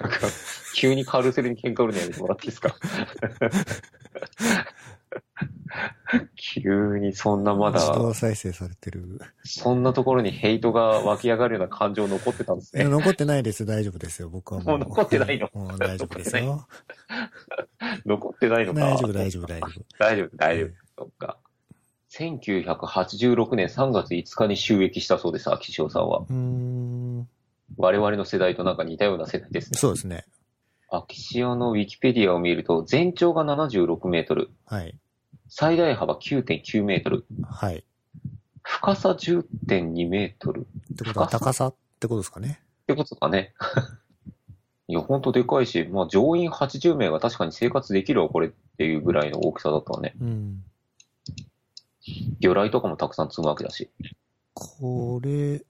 Speaker 2: なんか、急にカルセルに喧嘩売るのやめてもらっていい ですか急にそんなま
Speaker 1: 自
Speaker 2: だ、
Speaker 1: 動再生されて る。
Speaker 2: そんなところにヘイトが湧き上がるような感情残ってたんです
Speaker 1: いや
Speaker 2: ね。
Speaker 1: 残ってないですよ。大丈夫ですよ。僕はもう。
Speaker 2: もう残ってないの
Speaker 1: もう大丈夫ですよ。
Speaker 2: 残ってないのか。
Speaker 1: 大丈夫、大丈夫、大丈夫。
Speaker 2: 大丈夫、大丈
Speaker 1: う
Speaker 2: 夫
Speaker 1: ん。
Speaker 2: そっか。1986年3月5日に収益したそうです、秋潮さんは。
Speaker 1: うーん。
Speaker 2: 我々の世代となんか似たような世代ですね。
Speaker 1: そうですね。
Speaker 2: 秋潮のウィキペディアを見ると、全長が76メートル、
Speaker 1: はい。
Speaker 2: 最大幅9.9メートル、
Speaker 1: はい。っ
Speaker 2: 深さ10.2メートル。って
Speaker 1: ことは高さってことですかね。
Speaker 2: てことだね。 いや、ほんとでかいし、まあ、乗員80名が確かに生活できるわ、これっていうぐらいの大きさだったわね。
Speaker 1: うん。
Speaker 2: 魚雷とかもたくさん積むわけだし。
Speaker 1: これ、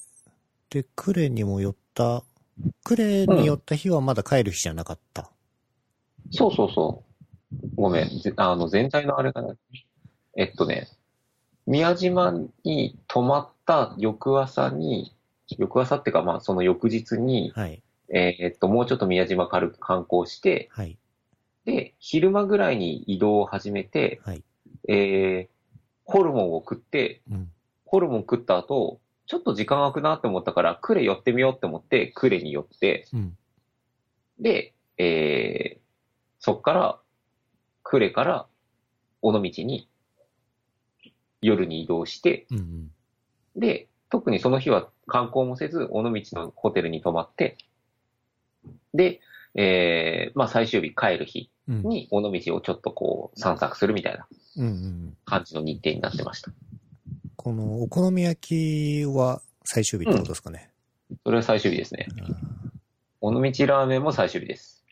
Speaker 1: で、クレにも寄った、クレに寄った日はまだ帰る日じゃなかった。
Speaker 2: そうそうそう。ごめん。ぜあの、全体のあれがない。えっとね、宮島に泊まった翌朝に、翌朝ってか、まあ、その翌日に、
Speaker 1: はい。
Speaker 2: えーっと、もうちょっと宮島軽く観光して、
Speaker 1: はい。
Speaker 2: で、昼間ぐらいに移動を始めて、
Speaker 1: はい。
Speaker 2: えー、ホルモンを食って、
Speaker 1: うん。
Speaker 2: ホルモン食った後、ちょっと時間空くなって思ったから、クレ寄ってみようって思って、クレに寄って、
Speaker 1: うん。
Speaker 2: で、えー、そっから、呉から、尾道に、夜に移動して、
Speaker 1: うんうん。
Speaker 2: で、特にその日は観光もせず、尾道のホテルに泊まって、で、えー、まあ最終日帰る日
Speaker 1: うん。
Speaker 2: に、尾道をちょっとこう散策するみたいな
Speaker 1: うんうん。
Speaker 2: 感じの日程になってました。
Speaker 1: この、お好み焼きは最終日ってことですかね。
Speaker 2: それは最終日ですね。
Speaker 1: あー
Speaker 2: 尾道ラーメンも最終日です。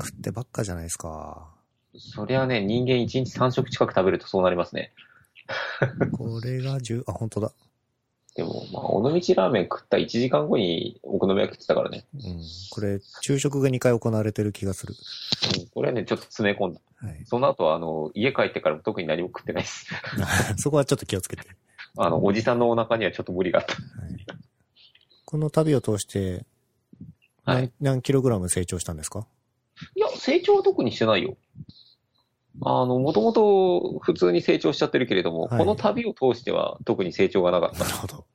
Speaker 1: 食ってばっかじゃないですか。
Speaker 2: そりゃね、人間1日3食近く食べるとそうなりますね。
Speaker 1: これが10、あ、本当だ。
Speaker 2: でも、まあ、尾道ラーメン食った1時間後にお好み焼きって言ってたからね。
Speaker 1: うん。これ、昼食が2回行われてる気がする。
Speaker 2: うんこれはね、ちょっと詰め込んだ。
Speaker 1: はい。
Speaker 2: その後は、あの、家帰ってからも特に何も食ってないです。
Speaker 1: そこはちょっと気をつけて。
Speaker 2: あの、おじさんのお腹にはちょっと無理があっ
Speaker 1: この旅を通して
Speaker 2: た。
Speaker 1: 何、
Speaker 2: はい。
Speaker 1: 何キログラム成長したんですか
Speaker 2: いや、成長は特にしてないよ。あの、もともと普通に成長しちゃってるけれども、
Speaker 1: はい
Speaker 2: この旅を通しては特に成長がなかっ
Speaker 1: なるほど。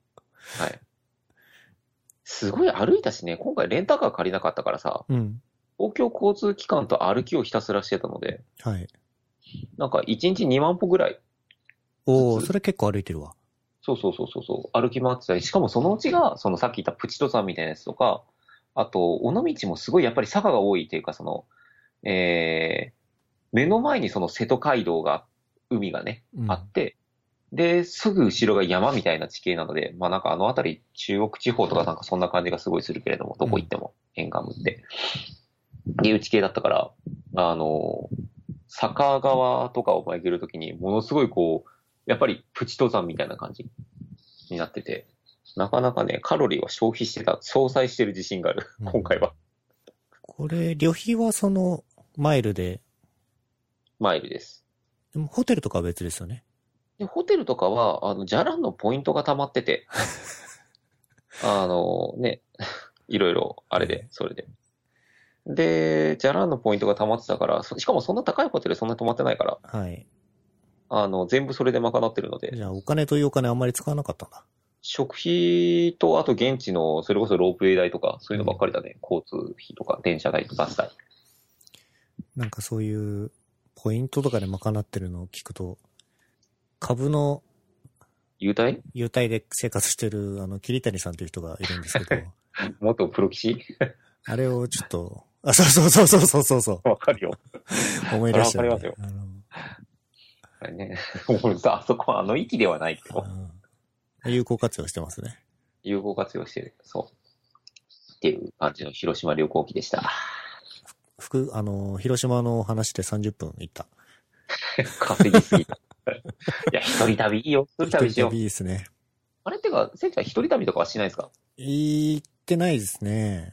Speaker 2: た。はい。すごい歩いたしね、今回レンタカー借りなかったからさ、
Speaker 1: うん。
Speaker 2: 公共交通機関と歩きをひたすらしてたので、
Speaker 1: はい。
Speaker 2: なんか1日2万歩ぐらい、
Speaker 1: おお、
Speaker 2: 普通
Speaker 1: それ結構歩いてるわ。
Speaker 2: そうそうそうそうそう、歩き回ってたり、しかもそのうちが、そのさっき言ったプチ登山みたいなやつとか、あと、尾道もすごいやっぱり坂が多いっていうか、その、えー、目の前にその瀬戸街道が、海がね、
Speaker 1: うん
Speaker 2: あって、で、すぐ後ろが山みたいな地形なので、まあなんかあの辺り、中国地方とかなんかそんな感じがすごいするけれども、どこ行っても、沿岸部って。っていう地形だったから、あの、坂川とかを巡るときに、ものすごいこう、やっぱりプチ登山みたいな感じになってて、なかなかね、カロリーは消費してた、相殺してる自信がある
Speaker 1: う、ん
Speaker 2: 今回は、
Speaker 1: これ、旅費はその、マイルで、
Speaker 2: マイルです。
Speaker 1: でもホテルとかは別ですよね。
Speaker 2: で、ホテルとかは、あの、ジャランのポイントが溜まって て、あの、ね、 いろいろ、あれ
Speaker 1: え
Speaker 2: で
Speaker 1: え、
Speaker 2: それで。で、ジャランのポイントが溜まってたから、そしかもそんな高いホテルそんなに泊まってないから、
Speaker 1: はい。
Speaker 2: あの、全部それで賄ってるので、
Speaker 1: じゃあ、お金というお金あんまり使わなかったんだ。
Speaker 2: 食費と、あと現地の、それこそロープウェイ代とか、そういうのばっかりだね。交通費とか、電車代とか、バス代。
Speaker 1: なんかそういう、ポイントとかで賄ってるのを聞くと、株の
Speaker 2: 優待
Speaker 1: 幽体で生活してる、あの、桐谷さんという人がいるんですけど、
Speaker 2: 元プロ棋士
Speaker 1: あれをちょっと、あ、そうそうそうそうそうそうそう、
Speaker 2: わかるよ。
Speaker 1: 思い出した、
Speaker 2: わかりま
Speaker 1: あ
Speaker 2: す
Speaker 1: の
Speaker 2: あれね。 俺さ、あそこはあの域ではないけど、
Speaker 1: うん有効活用してますね。
Speaker 2: 有効活用してる。そう。っていう感じの広島旅行記でした。
Speaker 1: 福、あの、広島のお話で30分いった。
Speaker 2: 稼ぎすぎ た。いや、一人旅いいよ。一人旅しよう。
Speaker 1: いいですね。
Speaker 2: あれってか、せいちゃん一人旅とかはしないですか
Speaker 1: 行ってないですね。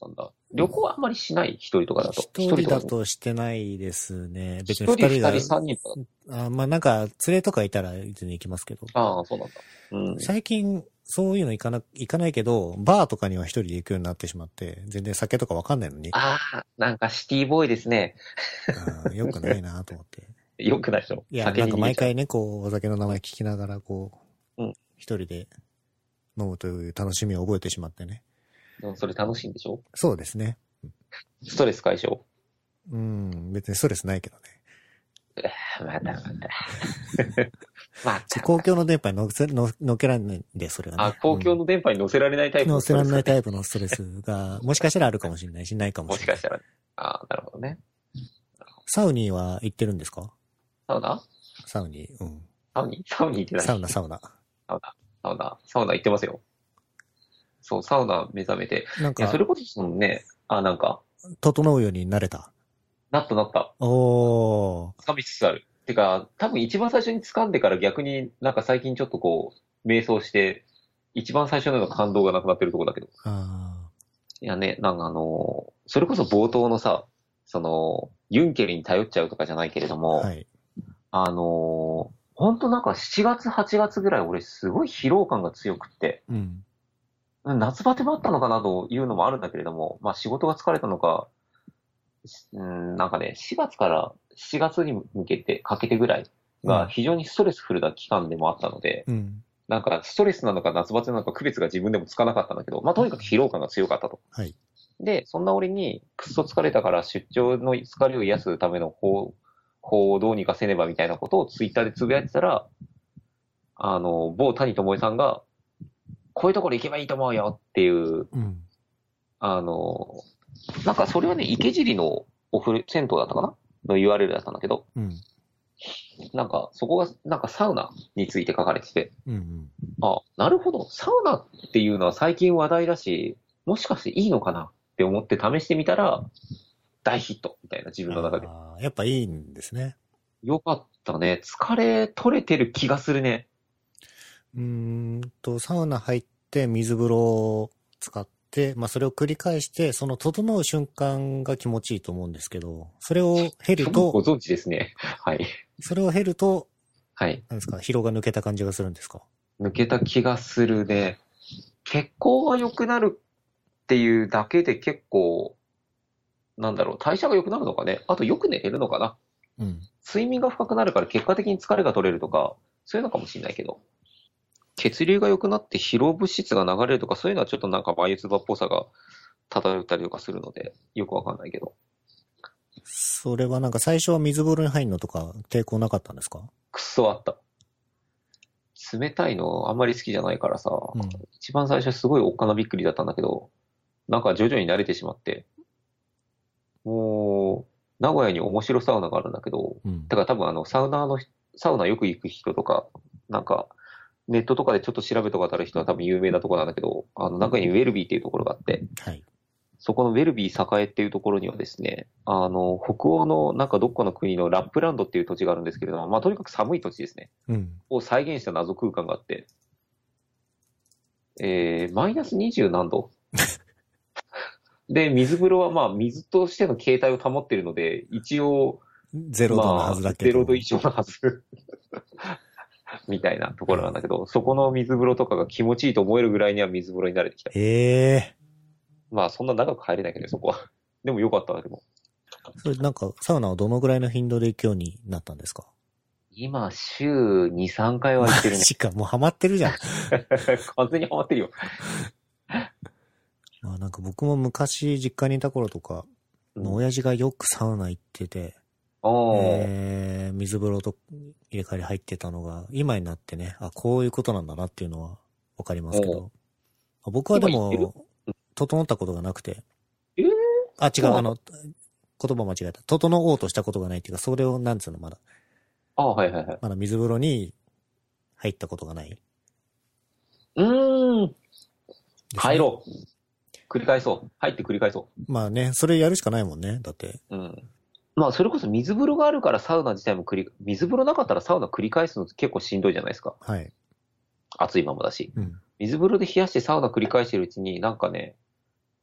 Speaker 2: なんだ。旅行はあんまりしない一人とかだと。
Speaker 1: 一人だ
Speaker 2: とか。
Speaker 1: としてないですね。
Speaker 2: 一
Speaker 1: 別に
Speaker 2: 人、
Speaker 1: 二
Speaker 2: 二
Speaker 1: 人が
Speaker 2: 人、、三人とかだと。
Speaker 1: あまあなんか、連れとかいたら別に行きますけど。
Speaker 2: ああ、そうなんだ。うん。
Speaker 1: 最近、そういうの行かな、行かないけど、バーとかには一人で行くようになってしまって、全然酒とかわかんないのに、
Speaker 2: ああ、なんかシティボーイですね。
Speaker 1: うんよくないなと思って。
Speaker 2: よくないでしょ。
Speaker 1: いや、
Speaker 2: 酒
Speaker 1: なん
Speaker 2: に
Speaker 1: か
Speaker 2: 逃げ
Speaker 1: 毎
Speaker 2: ちゃう
Speaker 1: 回ね、こう、お酒の名前聞きながら、こう、
Speaker 2: うん
Speaker 1: 一人で飲むという楽しみを覚えてしまってね。
Speaker 2: でもそれ楽しいんでしょ
Speaker 1: そうですね。
Speaker 2: ストレス解消。
Speaker 1: うん、別にストレスないけどね。
Speaker 2: またまた。ま
Speaker 1: ちょ
Speaker 2: た。
Speaker 1: 公共の電波に乗せ、乗乗っけられないんで、それはね。
Speaker 2: あ、公共
Speaker 1: の、
Speaker 2: の電波に乗せられないタイプ
Speaker 1: 乗せられない
Speaker 2: イ
Speaker 1: タイプのストレスが、もしかしたらあるかもしれないし、ないかも
Speaker 2: も
Speaker 1: し
Speaker 2: し
Speaker 1: れな
Speaker 2: か
Speaker 1: い。
Speaker 2: したら。ああ、なるほどね。
Speaker 1: サウニーは行ってるんですか
Speaker 2: サウナ
Speaker 1: サウニー。うん。
Speaker 2: サウニサウニ行ってない。
Speaker 1: サウナ、サウナ。
Speaker 2: サウナ、サウナ行ってますよ。そう、サウナ目覚めて。
Speaker 1: なん
Speaker 2: いや、
Speaker 1: か
Speaker 2: そ、れこそそのね、あ、なんか、
Speaker 1: 整うようになれた。
Speaker 2: なったなった。
Speaker 1: おー。
Speaker 2: サビつつある。てか、多分一番最初に掴んでから逆になんか最近ちょっとこう、迷走して、一番最初のような感動がなくなってるところだけど。
Speaker 1: あ
Speaker 2: いやね、なんかあのーそれこそ冒頭のさ、その、ユンケルに頼っちゃうとかじゃないけれど
Speaker 1: ー
Speaker 2: も、
Speaker 1: はい。
Speaker 2: あのー、ほんとなんか7月、8月ぐらい俺すごい疲労感が強くって、
Speaker 1: うん。
Speaker 2: うん夏バテもあったのかなというのもあるんだけれども、まあ仕事が疲れたのか、しうん、なんかね、4月から7月に向けて、かけてぐらいが非常にストレスフルな期間でもあったので、
Speaker 1: うん。
Speaker 2: なんかストレスなのか夏バテなのか区別が自分でもつかなかったんだけど、まあとにかく疲労感が強かったと。
Speaker 1: はい。
Speaker 2: で、そんな俺に、くっそ疲れたから出張の疲れを癒すための方法をどうにかせねばみたいなことをツイッターでつぶやいてたら、あの、某谷智恵さんが、こういうところ行けばいいと思うよっていう、
Speaker 1: うん。
Speaker 2: あの、なんかそれはね、池尻のお風呂、銭湯だったかなの URL だったんだけど、
Speaker 1: うん。
Speaker 2: なんかそこが、なんかサウナについて書かれてて、
Speaker 1: うん。うん。
Speaker 2: あ、なるほど。サウナっていうのは最近話題だし、もしかしていいのかなって思って試してみたら、大ヒットみたいな自分の中で。
Speaker 1: あーやっぱいいんですね。
Speaker 2: よかったね。疲れ取れてる気がするね。
Speaker 1: うーんと、サウナ入って水風呂を使って、まあそれを繰り返して、その整う瞬間が気持ちいいと思うんですけど、それを経ると、
Speaker 2: ご存知ですね。 はい。
Speaker 1: それを経ると、
Speaker 2: はい。
Speaker 1: なんですか、疲労が抜けた感じがするんですか
Speaker 2: 抜けた気がするね。血行が良くなるっていうだけで結構、なんだろう、代謝が良くなるのかね。あとよく寝れるのかな。
Speaker 1: うん。
Speaker 2: 睡眠が深くなるから結果的に疲れが取れるとか、そういうのかもしれないけど、血流が良くなって疲労物質が流れるとか、そういうのはちょっとなんか眉唾っぽさが漂ったりとかするので、よくわかんないけど。
Speaker 1: それはなんか最初は水風呂に入るのとか抵抗なかったんですか
Speaker 2: くっそあった。冷たいのあんまり好きじゃないからさ、
Speaker 1: うん。
Speaker 2: 一番最初すごいおっかなびっくりだったんだけど、なんか徐々に慣れてしまって、もう、名古屋に面白サウナがあるんだけど、
Speaker 1: うん
Speaker 2: だ。から多分あの、サウナーの人、サウナよく行く人とか、なんか、ネットとかでちょっと調べとかたる人は多分有名なところなんだけど、あの中にウェルビーっていうところがあって、
Speaker 1: はい。
Speaker 2: そこのウェルビー栄っていうところにはですね、あの、北欧のなんかどっかの国のラップランドっていう土地があるんですけれども、まあとにかく寒い土地ですね、
Speaker 1: うん。
Speaker 2: を再現した謎空間があって、えー、マイナス20何度で、水風呂はまあ水としての形態を保っているので、一応、
Speaker 1: ゼロ度のはずだけど。
Speaker 2: まあ、0度以上のはず。 みたいなところなんだけど、そこの水風呂とかが気持ちいいと思えるぐらいには水風呂に慣れてきた。
Speaker 1: ええ
Speaker 2: まあそんな長く入れないけど、そこは。でもよかったな、でも。
Speaker 1: それなんかサウナはどのぐらいの頻度で行くようになったんですか
Speaker 2: 今、週2、3回は行ってるね。
Speaker 1: しかもうハマってるじゃん。
Speaker 2: 完全にハマってるよ。
Speaker 1: まあなんか僕も昔実家にいた頃とか、
Speaker 2: うん
Speaker 1: 親父がよくサウナ行ってて、
Speaker 2: ああ、
Speaker 1: えー、水風呂と入れ替えに入ってたのが、今になってね、あ、こういうことなんだなっていうのはわかりますけど。僕はで
Speaker 2: 今言っ
Speaker 1: も、整ったことがなくて。
Speaker 2: えー
Speaker 1: あ、違
Speaker 2: そう
Speaker 1: う、
Speaker 2: な
Speaker 1: あの、言葉間違えた。整おうとしたことがないっていうか、それを、なんつうの、まだ。
Speaker 2: ああ、はいはいはい。
Speaker 1: まだ水風呂に入ったことがないです
Speaker 2: うーん、
Speaker 1: ね
Speaker 2: 入ろう。繰り返そう。入って繰り返そ
Speaker 1: まあね、それやるしかないもんね、だって。
Speaker 2: う。うん。まあ、それこそ水風呂があるからサウナ自体も繰り、水風呂なかったらサウナ繰り返すのって結構しんどいじゃないですか。
Speaker 1: はい。
Speaker 2: 暑いままだし。
Speaker 1: うん。
Speaker 2: 水風呂で冷やしてサウナ繰り返してるうちに、なんかね、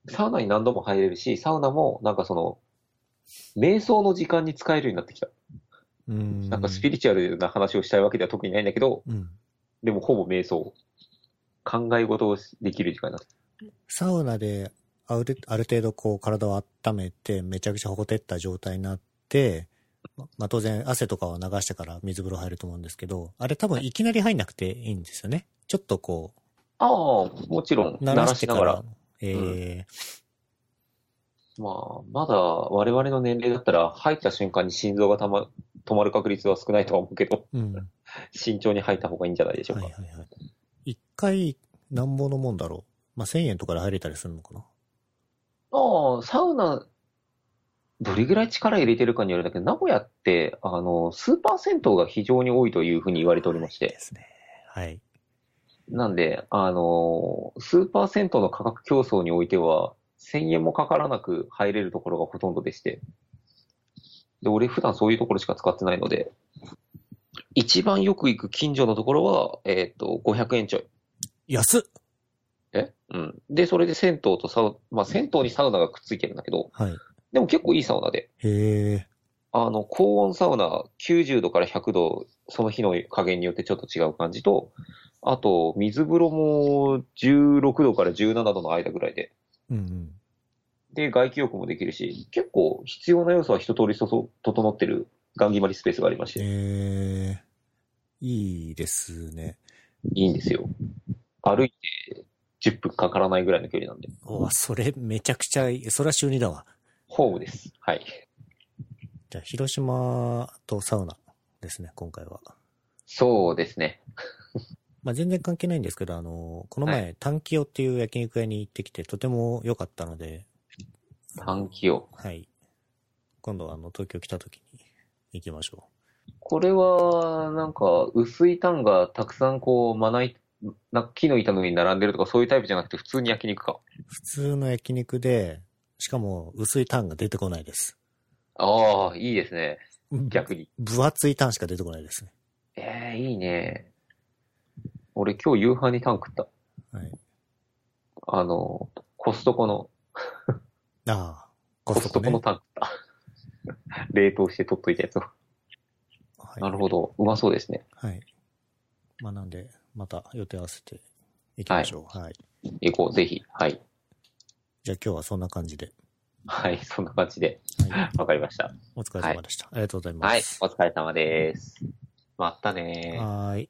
Speaker 2: サウナに何度も入れるし、サウナもなんかその、瞑想の時間に使えるようになってきた。
Speaker 1: うん。
Speaker 2: なんかスピリチュアルな話をしたいわけでは特にないんだけど、
Speaker 1: うん。
Speaker 2: でもほぼ瞑想。考え事をできる時間になった。
Speaker 1: サウナであるある程度こう体を温めてめちゃくちゃほこてった状態になって、ままあ、当然汗とかは流してから水風呂入ると思うんですけど、あれ多分いきなり入んなくていいんですよね。ちょっとこ
Speaker 2: ああ、もちろん、
Speaker 1: う
Speaker 2: 慣
Speaker 1: 慣
Speaker 2: ら
Speaker 1: らし
Speaker 2: してな
Speaker 1: か
Speaker 2: が
Speaker 1: ら。
Speaker 2: ら。
Speaker 1: え
Speaker 2: まあ、まだ我々の年齢だったら、入った瞬間に心臓がたま止まる確率は少ないとは思うけど、
Speaker 1: ーうん。はい
Speaker 2: 慎重に入った方がいいんじゃないでしょう
Speaker 1: は
Speaker 2: か。
Speaker 1: いはい。一回なんぼのもんだろう。まあ、1000円とかで入れたりするのかな。
Speaker 2: ああ、サウナ、どれぐらい力入れてるかによるんだけど、名古屋って、あの、スーパー銭湯が非常に多いというふうに言われておりまし
Speaker 1: で
Speaker 2: て。
Speaker 1: すね。はい。
Speaker 2: なんで、あの、スーパー銭湯の価格競争においては、1000円もかからなく入れるところがほとんどでして。で、俺普段そういうところしか使ってないので、一番よく行く近所のところは、えっと、500円ちょい。
Speaker 1: 安っ
Speaker 2: えうん。で、それで銭湯とサウ、まあ、銭湯にサウナがくっついてるんだけど、
Speaker 1: はい。
Speaker 2: でも結構いいサウナで、
Speaker 1: へえ。
Speaker 2: あの、高温サウナ、90度から100度、その日の加減によってちょっと違う感じと、あと、水風呂も16度から17度の間ぐらいで、
Speaker 1: うんうん。
Speaker 2: で、外気浴もできるし、結構必要な要素は一通りそそ整ってるガンギマリスペースがありまして、
Speaker 1: ええ。いいですね。
Speaker 2: いいんですよ。歩いて10分かからないぐらいの距離なんで、
Speaker 1: うわ、それめちゃくちゃいい。それは週2だわ。
Speaker 2: ホームです。はい。
Speaker 1: じゃあ、広島とサウナですね、今回は。
Speaker 2: そうですね。
Speaker 1: まあ、全然関係ないんですけど、あの、この前、
Speaker 2: は
Speaker 1: タンキオっていう焼肉屋に行ってきて、とても良かったので、
Speaker 2: 短期を。
Speaker 1: はい。今度、あの、東京来た時に行きましょ
Speaker 2: これは、なんか、薄いタンがたくさんこう、まな板、な木の板の上に並んでるとか、そういうタイプじゃなくて、普通に焼肉か。
Speaker 1: う。普通の焼肉で、しかも薄いタンが出てこないです。
Speaker 2: ああ、いいですね。逆に。
Speaker 1: 分厚いタンしか出てこないですね。
Speaker 2: ええいいね。俺今日夕飯にタン食った。
Speaker 1: はい。
Speaker 2: あの、コストコの、
Speaker 1: ああ、コ
Speaker 2: コ
Speaker 1: ス
Speaker 2: ス
Speaker 1: トコ
Speaker 2: ト
Speaker 1: ね
Speaker 2: コの。タン食った。 冷凍して取っといたやつを。
Speaker 1: はい
Speaker 2: なるほど。うまそうですね。
Speaker 1: はい。まあ、なんで、また予定合わせて行きましょう。はい。
Speaker 2: 行こう、ぜひ。はい。
Speaker 1: じゃあ、今日はそんな感じで。
Speaker 2: はい、そんな感じで。
Speaker 1: はい。
Speaker 2: わかりました。
Speaker 1: お疲れ様でした。ありがとうございま
Speaker 2: はい
Speaker 1: す、。
Speaker 2: お疲れ様です。またねー。
Speaker 1: はーい。